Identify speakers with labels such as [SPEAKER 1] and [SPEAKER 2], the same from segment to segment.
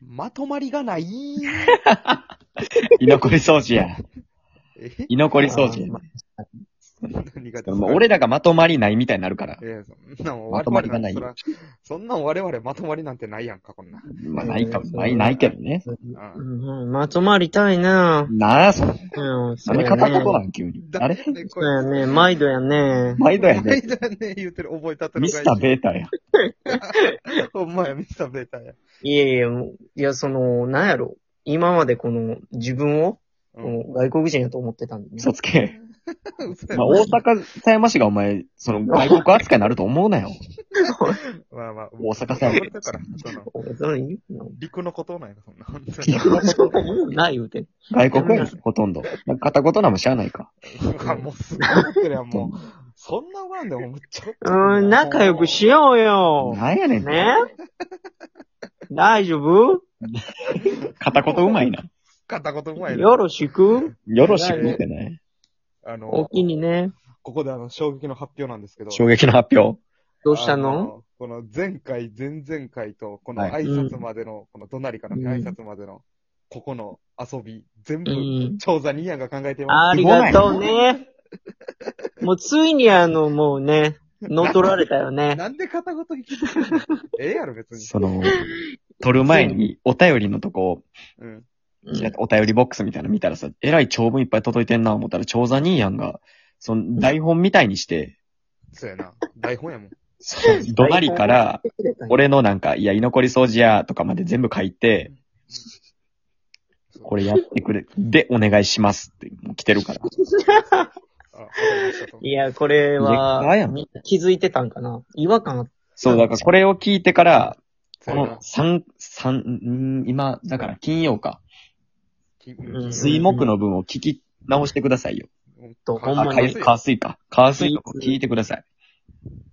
[SPEAKER 1] まとまりがない。
[SPEAKER 2] 居残り掃除や。
[SPEAKER 1] え
[SPEAKER 2] 居残り掃除
[SPEAKER 1] あ
[SPEAKER 2] や。
[SPEAKER 1] 何がですか
[SPEAKER 2] もう俺らがまとまりないみたいになるから。
[SPEAKER 1] ええそんなん
[SPEAKER 2] まとまりがない
[SPEAKER 1] 我々んてそらそんなん我々まとまりなんてないやんか、こんなん。
[SPEAKER 2] まあ、ないかも。ない、ないけどね。
[SPEAKER 3] うん、まとまりたいな
[SPEAKER 2] なあ、そ、
[SPEAKER 3] うん、そ
[SPEAKER 2] なん
[SPEAKER 3] う
[SPEAKER 2] で
[SPEAKER 3] や
[SPEAKER 2] 片
[SPEAKER 3] ね
[SPEAKER 2] 言。なん、急に。あれ
[SPEAKER 1] だってこ
[SPEAKER 3] そうやね、毎度やね。
[SPEAKER 2] 毎度やで。
[SPEAKER 1] 毎度やね、言うてる覚えたて
[SPEAKER 2] ミスター
[SPEAKER 1] ー
[SPEAKER 2] ベータや。
[SPEAKER 1] タ。ほんまや、ミスターベータや。
[SPEAKER 3] いやいや、もういや、その、なんやろ。今までこの、自分を、
[SPEAKER 1] う
[SPEAKER 3] こ
[SPEAKER 1] ん。
[SPEAKER 3] の外国人やと思ってたんで、ね。
[SPEAKER 2] 嘘つけ。
[SPEAKER 1] 嘘や
[SPEAKER 2] まあ、大阪、狭山市がお前、その、外国扱いになると思うなよ。
[SPEAKER 1] まあまあ、
[SPEAKER 2] 大阪さん
[SPEAKER 1] 俺だから、その、
[SPEAKER 3] 俺、それ言うの
[SPEAKER 1] 陸のことなんや、そんな。本当
[SPEAKER 2] い
[SPEAKER 1] に
[SPEAKER 2] やそんな
[SPEAKER 3] 言うな、言うて。
[SPEAKER 2] 外国やん、ほとんど。なんか片言なんも知らないか。
[SPEAKER 1] うわもうすごいなってるやん、もう。そんなおらんでもむっちゃ。
[SPEAKER 3] うん、仲良くしようよ。
[SPEAKER 2] なんやねん。
[SPEAKER 3] ね大丈夫
[SPEAKER 2] 片言うまいな。
[SPEAKER 1] 片言うまいな
[SPEAKER 3] よろしく
[SPEAKER 2] よろしくってね。
[SPEAKER 1] あの、
[SPEAKER 3] お気にね。
[SPEAKER 1] ここであの、衝撃の発表なんですけど。
[SPEAKER 2] 衝撃の発表。
[SPEAKER 3] どうしたの
[SPEAKER 1] あこの前回、前々回と、この
[SPEAKER 2] は
[SPEAKER 1] 挨
[SPEAKER 2] い
[SPEAKER 1] 拶までの、このどなりかの
[SPEAKER 3] うん
[SPEAKER 1] 挨拶までの、ここの遊び、全
[SPEAKER 3] う
[SPEAKER 1] 部、
[SPEAKER 3] ん。
[SPEAKER 1] 調査にやんが考えてま
[SPEAKER 3] ありがとうね。もうついにあの、もうね、乗っ取られたよ
[SPEAKER 1] す。
[SPEAKER 3] ね。
[SPEAKER 1] なんで片言引きずるのええやろ、別に。
[SPEAKER 2] その、撮る前にお便りのとこ、
[SPEAKER 1] うん。
[SPEAKER 3] うん
[SPEAKER 2] お便りボックスみたいなの見たらさ、えらい長文いっぱい届いてんな思ったら、長座兄やんが、その台本みたいにして、
[SPEAKER 1] そうやな。台本やもん。
[SPEAKER 2] そう怒鳴りから、、俺のなんか、いや、居残り掃除や、とかまで全部書いて、これやってくれ、で、お願いしますって、もう来てるから。
[SPEAKER 1] あ、わかりま したと。
[SPEAKER 3] いや、これは
[SPEAKER 2] レッカーや、ん
[SPEAKER 3] みんな気づいてたんかな違和感あった。
[SPEAKER 2] そう、だからこれを聞いてから、
[SPEAKER 1] そ
[SPEAKER 2] こ
[SPEAKER 1] うやな
[SPEAKER 2] の、三、三、ん今、だから金曜か、
[SPEAKER 1] き
[SPEAKER 3] うん
[SPEAKER 2] 水木の分を聞き直してくださいよ。
[SPEAKER 1] うん
[SPEAKER 3] とほん
[SPEAKER 2] あ、
[SPEAKER 3] ま
[SPEAKER 2] か
[SPEAKER 3] に
[SPEAKER 2] い、か水か。か水か聞いてください。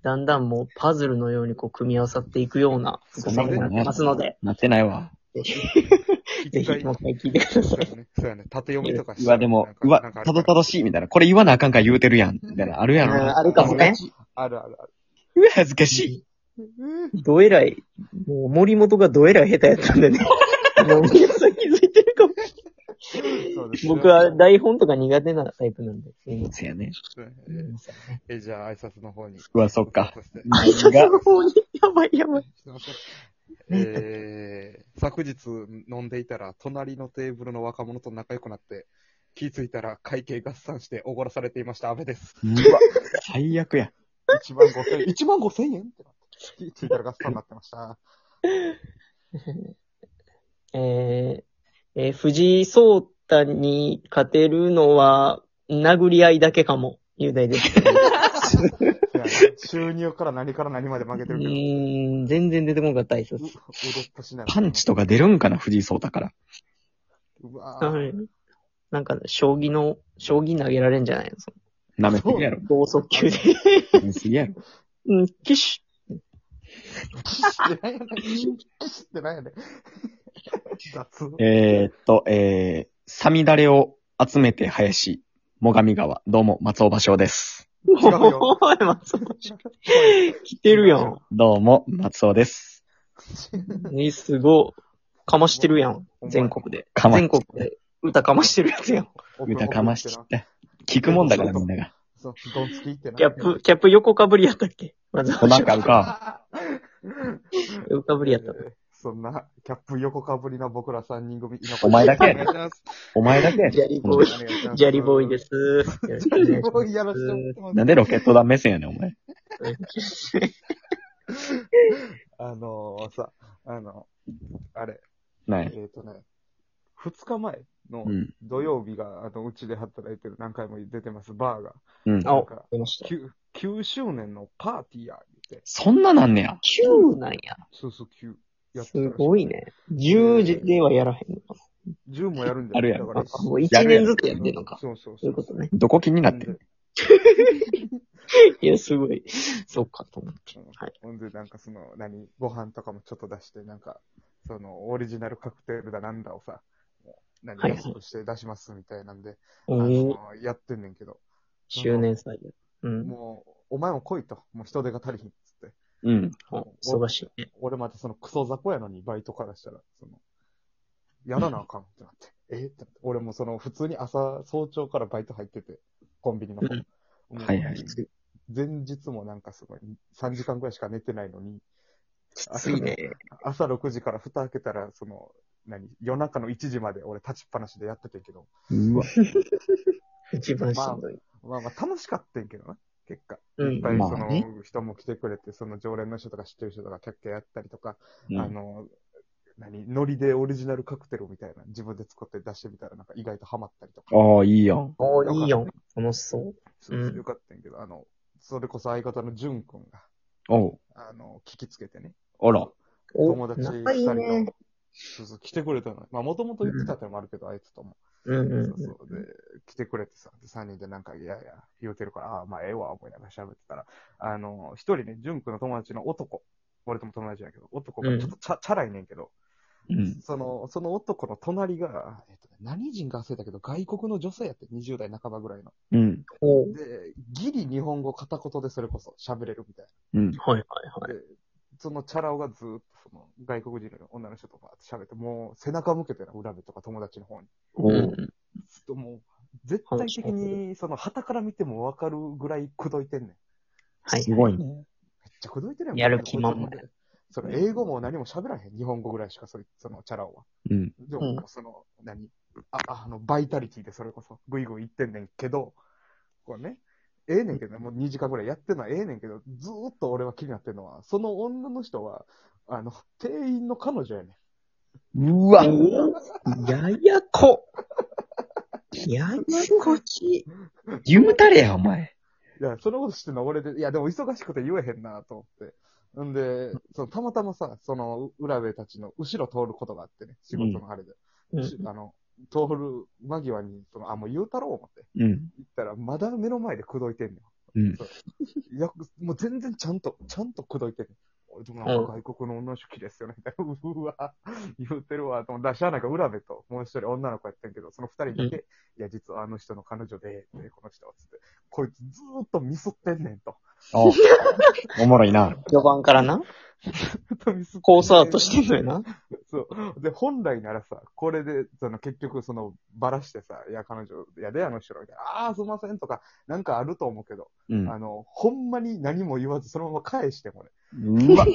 [SPEAKER 3] だんだんもうパズルのようにこう組み合わさっていくような
[SPEAKER 2] そ
[SPEAKER 3] 作
[SPEAKER 2] んな
[SPEAKER 3] 戦
[SPEAKER 2] こ
[SPEAKER 3] に
[SPEAKER 2] とない
[SPEAKER 3] なってますので、
[SPEAKER 2] なってないわ。
[SPEAKER 3] ぜ
[SPEAKER 1] 一
[SPEAKER 3] ひ
[SPEAKER 1] 回
[SPEAKER 3] もう一回聞いてく
[SPEAKER 1] そ
[SPEAKER 3] ださ
[SPEAKER 1] うや
[SPEAKER 3] い。
[SPEAKER 1] ね。そうやね。縦読みとかし
[SPEAKER 2] う
[SPEAKER 1] たら
[SPEAKER 2] わ、でも
[SPEAKER 1] なん、か
[SPEAKER 2] うわ
[SPEAKER 1] なんか、あ
[SPEAKER 2] た
[SPEAKER 1] る
[SPEAKER 2] ど
[SPEAKER 1] か
[SPEAKER 2] た
[SPEAKER 1] ら
[SPEAKER 2] どしいみたいな。これ言わなあかんから言うてるやん。みたいな、あるや
[SPEAKER 3] うん
[SPEAKER 2] ろ。
[SPEAKER 3] あるかもね。
[SPEAKER 1] あるあるある。
[SPEAKER 2] うわ、恥ずかしい。
[SPEAKER 3] どえらい、もう森本がどえらい下手やったん でね。もう皆さん気づいてるかも。
[SPEAKER 1] そうです
[SPEAKER 3] 僕は台本とか苦手なタイプなんで。すいません
[SPEAKER 2] せ やね。
[SPEAKER 1] そうやねえ、じゃあ挨拶の方に。
[SPEAKER 2] うわ、そっか。
[SPEAKER 1] 挨拶して
[SPEAKER 2] 何が、
[SPEAKER 3] の方に、やばいやばい。
[SPEAKER 1] すいませんえー、昨日飲んでいたら、隣のテーブルの若者と仲良くなって、気づいたら会計合算しておごらされていました、安倍です。
[SPEAKER 2] うわ、最悪や。
[SPEAKER 1] 1万5千円。1万5千円ってなって。気づいたら合算になってました。
[SPEAKER 3] えー、えー藤井聡太に勝てるのは、殴り合いだけかも、雄大です。
[SPEAKER 1] いや収入から何から何まで負けて
[SPEAKER 3] う
[SPEAKER 1] るけど、う
[SPEAKER 3] ーん、全然出てこなかった、挨
[SPEAKER 1] う
[SPEAKER 3] 拶。
[SPEAKER 1] うどっとしない。
[SPEAKER 2] パンチとか出るんかな、藤井聡太から。
[SPEAKER 1] うわぁ、
[SPEAKER 3] はい。なんか、将棋の、将棋投げられんじゃないのそ
[SPEAKER 2] 舐めすぎやろ。
[SPEAKER 3] の同速球で。
[SPEAKER 2] 舐めすぎやろ。
[SPEAKER 3] うん、キッシ
[SPEAKER 1] キスってなんやねん。キスってなんやねん。雑。
[SPEAKER 2] えー、っと、えー、サミダレを集めて林、最上川、どうも、松尾芭蕉です。
[SPEAKER 3] ュ。
[SPEAKER 1] 違うよ
[SPEAKER 3] おい、松本。来てるやん。
[SPEAKER 2] どうも、松尾です。
[SPEAKER 3] ね、すごい。かましてるやん。全国で。
[SPEAKER 2] かま
[SPEAKER 3] 全国で。歌かましてるやつ やん。
[SPEAKER 2] 歌かましきった。聞くもんだから、みんなが。
[SPEAKER 1] そう、ドンつきってな。
[SPEAKER 3] キャップ、キャップ横かぶりやったっけまず、
[SPEAKER 2] お腹あるか。
[SPEAKER 3] 横かぶりやった。
[SPEAKER 1] そんな、キャップ横かぶりの僕ら3人組、
[SPEAKER 2] お前だけや
[SPEAKER 1] お
[SPEAKER 2] ね
[SPEAKER 1] 願いします。。
[SPEAKER 2] お前だけや
[SPEAKER 3] ジャリボーイ、ジャリボーイですす。よろしく
[SPEAKER 1] ジャリ
[SPEAKER 3] お願いし
[SPEAKER 1] ボーイやらせてもらってます。
[SPEAKER 2] なんでロケット弾目線やねん、お前。
[SPEAKER 3] ます
[SPEAKER 1] あのー、さ、あの、あれ、
[SPEAKER 2] な
[SPEAKER 1] えっ
[SPEAKER 2] い。、
[SPEAKER 1] とね、2日前の
[SPEAKER 2] うん。
[SPEAKER 1] 土曜日が、あの、うちで働いてる、何回も出てます、バーが。
[SPEAKER 2] うん。
[SPEAKER 3] あ
[SPEAKER 1] なんか、
[SPEAKER 3] 出ました。
[SPEAKER 1] 9, 9周年のパーティーや、言って。
[SPEAKER 2] そんななんねや。
[SPEAKER 3] 9なんや。
[SPEAKER 1] そうそう、9。やってたら
[SPEAKER 3] す
[SPEAKER 1] し
[SPEAKER 3] ごいね。10ではやらへんのか
[SPEAKER 1] 10もやるんだ
[SPEAKER 2] あるやろ
[SPEAKER 1] だか
[SPEAKER 3] な。
[SPEAKER 1] ら
[SPEAKER 3] あ、もう1年ずつやってんのか。
[SPEAKER 1] そうそう
[SPEAKER 3] そう
[SPEAKER 1] そ
[SPEAKER 3] いうう。ことね。
[SPEAKER 2] どこ気になってる
[SPEAKER 3] いや、すごい。そうか、と思って。
[SPEAKER 1] うん
[SPEAKER 3] はい
[SPEAKER 1] ほんで、なんかその、何、ご飯とかもちょっと出して、なんか、その、オリジナルカクテルだなんだをさ、もう何、
[SPEAKER 3] はいはい
[SPEAKER 1] 安くして出しますみたいなんで、
[SPEAKER 3] う
[SPEAKER 1] あ
[SPEAKER 3] ん、
[SPEAKER 1] のやってんねんけど、
[SPEAKER 3] 周年祭で。うん。
[SPEAKER 1] もう、お前も来いと、もう人手が足りひんっつって。
[SPEAKER 2] うん。
[SPEAKER 3] 忙しいね。
[SPEAKER 1] 俺またそのクソ雑魚やのに、バイトからしたら、その、やらなあかんってなって。えーってなって。俺もその、普通に朝、早朝からバイト入ってて、コンビニの。
[SPEAKER 3] うん
[SPEAKER 1] もう
[SPEAKER 2] はいはい
[SPEAKER 1] 前日もなんかすごい、3時間ぐらいしか寝てないのに、
[SPEAKER 3] きついね。
[SPEAKER 1] 朝6時から蓋開けたら、その、何夜中の1時まで俺立ちっぱなしでやっててんけど、
[SPEAKER 2] うわ。
[SPEAKER 3] 一番しんどい。
[SPEAKER 1] まあまあ楽しかったんけどな、結果。
[SPEAKER 3] う
[SPEAKER 1] いっ
[SPEAKER 3] ん
[SPEAKER 1] ぱ。い
[SPEAKER 2] まあ
[SPEAKER 1] その
[SPEAKER 2] ね
[SPEAKER 1] 人も来てくれて、その常連の人とか知ってる人とかキャッキャやったりとか、
[SPEAKER 2] うん
[SPEAKER 1] あの、何、ノリでオリジナルカクテルみたいな、自分で作って出してみたらなんか意外とハマったりとか。
[SPEAKER 2] ああ、いいやん。
[SPEAKER 3] おーいいよ。楽しそう。
[SPEAKER 1] そう
[SPEAKER 3] うん
[SPEAKER 1] よかったんやけど、あの、それこそ相方の淳くんが、
[SPEAKER 2] おう。
[SPEAKER 1] あの、聞きつけてね、
[SPEAKER 2] あら。
[SPEAKER 3] お
[SPEAKER 1] 友達
[SPEAKER 3] 仲い
[SPEAKER 1] 二
[SPEAKER 3] い
[SPEAKER 1] 人
[SPEAKER 3] ね
[SPEAKER 1] と。、そうそう来てくれたの。まあ、もともと言ってたってのもあるけど、あいつとも。
[SPEAKER 3] うんうん
[SPEAKER 1] そうそう。で、来てくれてさ、で3人でなんか、いやいや、言うてるから、ああ、まあ、ええわ、思いながら喋ってたら、あの、一人ね、純くんの友達の男、俺とも友達やけど、男
[SPEAKER 3] う
[SPEAKER 1] が
[SPEAKER 3] ん
[SPEAKER 1] ちょっとチャ,、チャラいねんけど、
[SPEAKER 2] うん。
[SPEAKER 1] その、その男の隣が、えっとね、何人か忘れたけど、外国の女性やって、20代半ばぐらいの。
[SPEAKER 2] うん。
[SPEAKER 3] おー
[SPEAKER 1] で、ギリ日本語片言でそれこそ喋れるみたい
[SPEAKER 2] うん。
[SPEAKER 3] はいはいは
[SPEAKER 1] な。
[SPEAKER 3] い。
[SPEAKER 1] で、そのチャラ男がずーっと、その、外国人の女の人とか喋って、もう背中向けてな、裏目とか友達の方に。
[SPEAKER 2] お
[SPEAKER 3] う。
[SPEAKER 2] うん
[SPEAKER 1] ちょっともう、絶対的に、その、旗から見てもわかるぐらい口説いてんねん。めっ
[SPEAKER 3] はい。
[SPEAKER 2] すごいね。
[SPEAKER 1] ちゃ口説いてるん
[SPEAKER 3] やる気満々
[SPEAKER 1] こいつその、英語も何も喋らへん。日本語ぐらいしか、そいその、チャラ男は。
[SPEAKER 2] うん。
[SPEAKER 1] でも、その、何あ、ああの、バイタリティでそれこそ、ぐいぐい言ってんねんけど、こうね、ええねんけど、もう2時間ぐらいやってんのはええねんけど、ずーっと俺は気になってんのは、その女の人は、あの、店員の彼女やねん。
[SPEAKER 2] うわ。
[SPEAKER 3] おややこ。ややこき。
[SPEAKER 2] 言うたれや、お前。
[SPEAKER 1] いや、そのことしてんの俺で、いや、でも忙しくて言えへんなと思って。んで、そのたまたまさ、その、浦部たちの後ろ通ることがあってね、仕事のあれで。
[SPEAKER 3] うん。
[SPEAKER 1] あの、通る間際に、その、あ、もう言うたろう思って。
[SPEAKER 2] うん。
[SPEAKER 1] 行ったら、まだ目の前で口説いてんのよ。
[SPEAKER 2] うん。
[SPEAKER 1] いや、もう全然ちゃんと、ちゃんと口説いてんのよ。俺でもなんか外国の女の人きですよね、み たいな。うわ、言うてるわ、と思って。だしゃあなんか浦部と、もう一人女の子やってんけど、その二人だけ、いや、実はあの人の彼女で、でこの人は、つって。こいつずーっとミスってんねんと。
[SPEAKER 2] おおもろいな。
[SPEAKER 3] 序盤からな。コースアウトしてんのよな。
[SPEAKER 1] そう。で、本来ならさ、これで、その結局、その、ばらしてさ、いや、彼女、いやで、あの人ら、みたいなああー、すいませんとか、なんかあると思うけど、
[SPEAKER 2] うん。
[SPEAKER 1] あの、ほんまに何も言わず、そのまま返して もね。
[SPEAKER 2] うわ。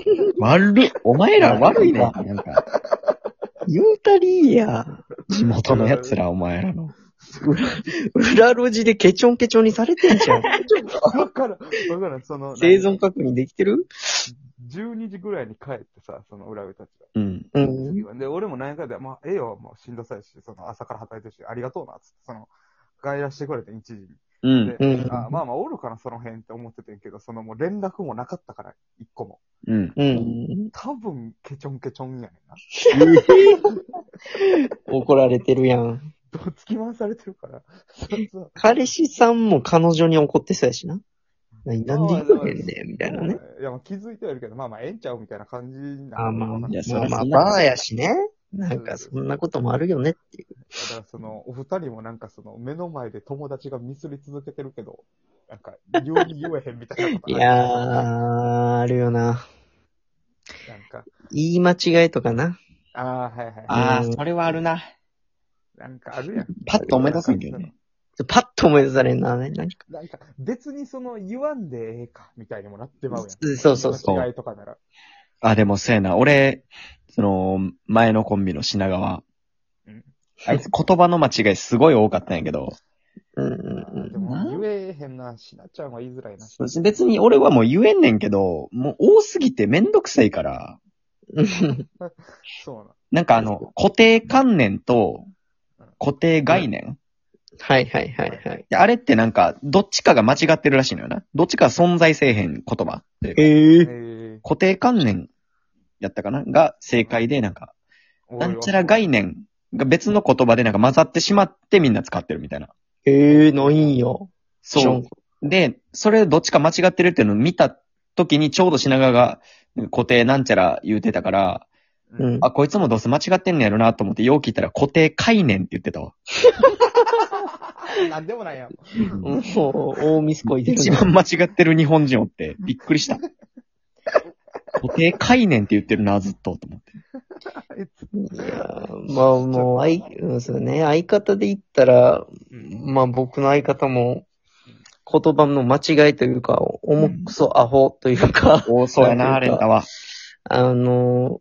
[SPEAKER 2] 悪い。お前ら悪いな。なんか、
[SPEAKER 3] 言うたりや。
[SPEAKER 2] 地元の奴ら、お前らの。
[SPEAKER 3] 裏路地でケチョンケチョンにされてんじゃん。
[SPEAKER 1] わからん、わからん、その、
[SPEAKER 3] 生存確認できてる
[SPEAKER 1] 12時ぐらいに帰ってさ、その裏部たちが。
[SPEAKER 2] うん。
[SPEAKER 3] う
[SPEAKER 1] 次
[SPEAKER 3] ん。
[SPEAKER 1] はで、俺も何回で、まあ、ええよ、もうしんどさいし、その、朝から働いてるし、ありがとうな、つって、その、外来してくれて、1時に。
[SPEAKER 2] うん。
[SPEAKER 1] で
[SPEAKER 3] うん
[SPEAKER 1] あまあまあ、おるかな、その辺って思っててんけど、そのもう連絡もなかったから、一個も。
[SPEAKER 2] うん。
[SPEAKER 3] うん。
[SPEAKER 1] 多分、ケチョンケチョンやねんな。
[SPEAKER 3] 怒られてるやん。
[SPEAKER 1] どつき回されてる から。そうそう。
[SPEAKER 3] 彼氏さんも彼女に怒ってそうやしな。ななんで言うへんねん、みたいなね。
[SPEAKER 1] いや、まあ気づいてはいるけど、まあまあ、ええんちゃうみたいな感じな
[SPEAKER 3] あまあ、まあ
[SPEAKER 1] いや、
[SPEAKER 2] そ
[SPEAKER 3] ま
[SPEAKER 2] ら
[SPEAKER 3] あ、
[SPEAKER 2] そんなこと
[SPEAKER 3] バーやしね。なんか、そんなこともあるよねってい
[SPEAKER 1] だ
[SPEAKER 3] う。
[SPEAKER 1] からその、お二人もなんかその、目の前で友達がミスり続けてるけど、なんか、言うに言えへんみたいなこと
[SPEAKER 3] い
[SPEAKER 1] ある
[SPEAKER 3] やー、あるよな。
[SPEAKER 1] なんか、
[SPEAKER 3] 言い間違いとかな。
[SPEAKER 1] ああ、はいはい。
[SPEAKER 2] ああ、それはあるな。
[SPEAKER 1] なんかあるやん。
[SPEAKER 2] パッと思い出すんけどね。
[SPEAKER 3] パッと思い出されんな、ね。なんか
[SPEAKER 1] なんか、別にその、言わんでええか、みたいにもなってまうやん。
[SPEAKER 3] そうそうそう
[SPEAKER 1] 間違いとかなら。
[SPEAKER 2] あ、でもせやな。俺、その、前のコンビの品川
[SPEAKER 1] うん。
[SPEAKER 2] あいつ言葉の間違いすごい多かったんやけど、
[SPEAKER 3] うんう
[SPEAKER 1] あー
[SPEAKER 3] ん
[SPEAKER 1] で
[SPEAKER 3] うん。
[SPEAKER 1] も、言えへんな、しなちゃんは言いづらいな。
[SPEAKER 2] 別に俺はもう言えんねんけど、もう多すぎてめんどくさいから、
[SPEAKER 3] うん
[SPEAKER 1] そうな。
[SPEAKER 2] なんかあの、固定観念と固定概念、
[SPEAKER 3] はいはいはいはい。
[SPEAKER 2] であれってなんか、どっちかが間違ってるらしいのよな。どっちか存在せえへん言葉っていうか。
[SPEAKER 3] え
[SPEAKER 1] ええ
[SPEAKER 2] 固定観念やったかなが正解で、なんか、なんちゃら概念が別の言葉でなんか混ざってしまってみんな使ってるみたいな。
[SPEAKER 3] ええないんよ。知ら
[SPEAKER 2] そ
[SPEAKER 3] ん
[SPEAKER 2] う。で、それどっちか間違ってるっていうのを見た時にちょうど品川が固定なんちゃら言うてたから、
[SPEAKER 1] う
[SPEAKER 3] うん ん。
[SPEAKER 2] あ、こいつもどうせ間違ってんねやろなと思ってよう聞いたら固定概念って言ってたわ。
[SPEAKER 1] なんでもないやん。
[SPEAKER 3] もう、大ミスこいてる
[SPEAKER 2] 一
[SPEAKER 3] な。
[SPEAKER 2] 番間違ってる日本人おってびっくりした。固定概念って言ってるな、ずっと、と思って。
[SPEAKER 1] あいつ
[SPEAKER 3] いやーまあもう、相、うんそうね、相方で言ったら、まあ僕の相方も、言葉の間違いというか、重くそアホというか、
[SPEAKER 2] おそうやな、
[SPEAKER 3] なんか
[SPEAKER 2] レンタは。
[SPEAKER 3] あのー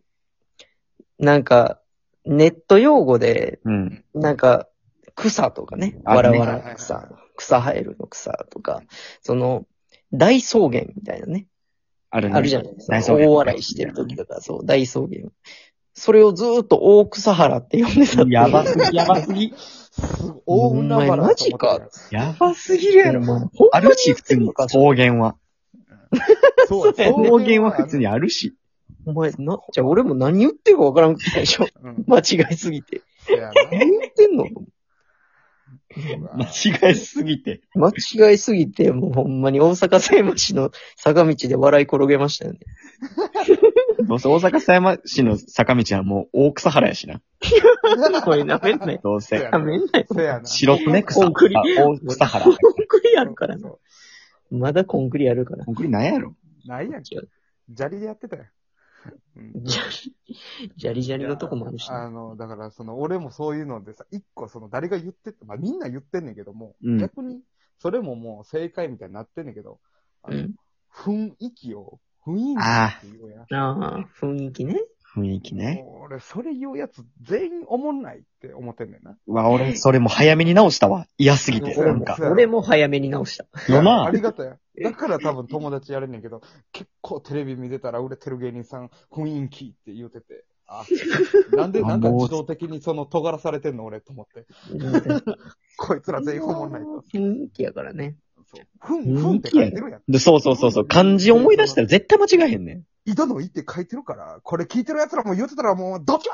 [SPEAKER 3] なんか、ネット用語で、
[SPEAKER 2] うん。
[SPEAKER 3] なんか、草とかね、
[SPEAKER 2] あ
[SPEAKER 3] わら
[SPEAKER 2] ね
[SPEAKER 3] わ
[SPEAKER 1] は
[SPEAKER 3] ら
[SPEAKER 1] いはいはい
[SPEAKER 3] 草、草生えるの草とか、その、大草原みたいなね、
[SPEAKER 2] あるね。
[SPEAKER 3] あるじゃないですか。
[SPEAKER 2] 大草原
[SPEAKER 3] 大笑いしてる時とか、そう、大草原。それをずーっと大草原って呼んでたっていう
[SPEAKER 2] やばすぎ、やばすぎ。
[SPEAKER 1] すごい大海原だと思ってた
[SPEAKER 3] お前マジ
[SPEAKER 1] や
[SPEAKER 3] か
[SPEAKER 1] ん。
[SPEAKER 2] やばすぎるやろ。
[SPEAKER 3] ほんまに
[SPEAKER 2] あるし、普通
[SPEAKER 3] 言ってん
[SPEAKER 2] に
[SPEAKER 3] のか。
[SPEAKER 2] 草原は。
[SPEAKER 1] そう や、
[SPEAKER 2] 草
[SPEAKER 1] 草
[SPEAKER 2] 原は普通にあるし。
[SPEAKER 3] お前、な、じゃあ俺も何言ってるかわからんくて最初。
[SPEAKER 1] うん。
[SPEAKER 3] 間違いすぎて。
[SPEAKER 1] そうや
[SPEAKER 3] 何言ってんの
[SPEAKER 1] な。
[SPEAKER 2] 間違いすぎて。
[SPEAKER 3] 間違いすぎて、もうほんまに大阪狭山市の坂道で笑い転げましたよね。
[SPEAKER 2] どうせ大阪狭山市の坂道はもう大草原やしな。
[SPEAKER 3] これ舐めんなよ。
[SPEAKER 2] どうせ。
[SPEAKER 3] 舐めんなよ。
[SPEAKER 1] そうやな。
[SPEAKER 2] 白くね、草。
[SPEAKER 3] コンクリ
[SPEAKER 2] あ大草原。
[SPEAKER 3] コンクリあるからな。
[SPEAKER 1] そ
[SPEAKER 3] まだコンクリあるから。
[SPEAKER 2] コンクリなんやろ。
[SPEAKER 1] うないやん。砂利でやってたやん。うん
[SPEAKER 3] じゃり、じゃりじゃりのとこもあるし
[SPEAKER 1] いや
[SPEAKER 3] な。
[SPEAKER 1] あの、だから、その、俺もそういうのでさ、一個、その、誰が言ってって、まあ、みんな言ってんねんけども、
[SPEAKER 2] うん
[SPEAKER 1] 逆に、それももう正解みたいになってんねんけど、あ
[SPEAKER 3] う
[SPEAKER 1] の
[SPEAKER 3] ん。
[SPEAKER 1] 雰囲気を、雰囲気って言うやん。
[SPEAKER 3] ああ、雰囲気ね。
[SPEAKER 2] 雰囲気ね。
[SPEAKER 1] もう俺、それ言うやつ、全員おもんないって思ってんねんな。
[SPEAKER 2] うわ、俺、それも早めに直したわ。嫌すぎて、
[SPEAKER 1] そう
[SPEAKER 3] 俺
[SPEAKER 2] なん
[SPEAKER 3] も
[SPEAKER 2] か。
[SPEAKER 3] 俺も早めに直した。
[SPEAKER 2] よ
[SPEAKER 1] あ
[SPEAKER 2] な
[SPEAKER 1] りがたや。だから多分友達やれんねんけど、結構テレビ見てたら売れてる芸人さん、雰囲気って言うてて、あ、なんで、
[SPEAKER 2] あ
[SPEAKER 1] なんか
[SPEAKER 2] もう
[SPEAKER 1] 自動的にその、尖らされてんの俺と思って。 こいつら全員おもんないと。
[SPEAKER 3] 雰囲気やからね。
[SPEAKER 1] そう。ふん、ふんって書いてるやん。
[SPEAKER 2] でそうそうそうそう。漢字思い出したら絶対間違えへんねん。
[SPEAKER 1] 井戸の井って書いてるから、これ聞いてる奴らも言ってたらもう、どきま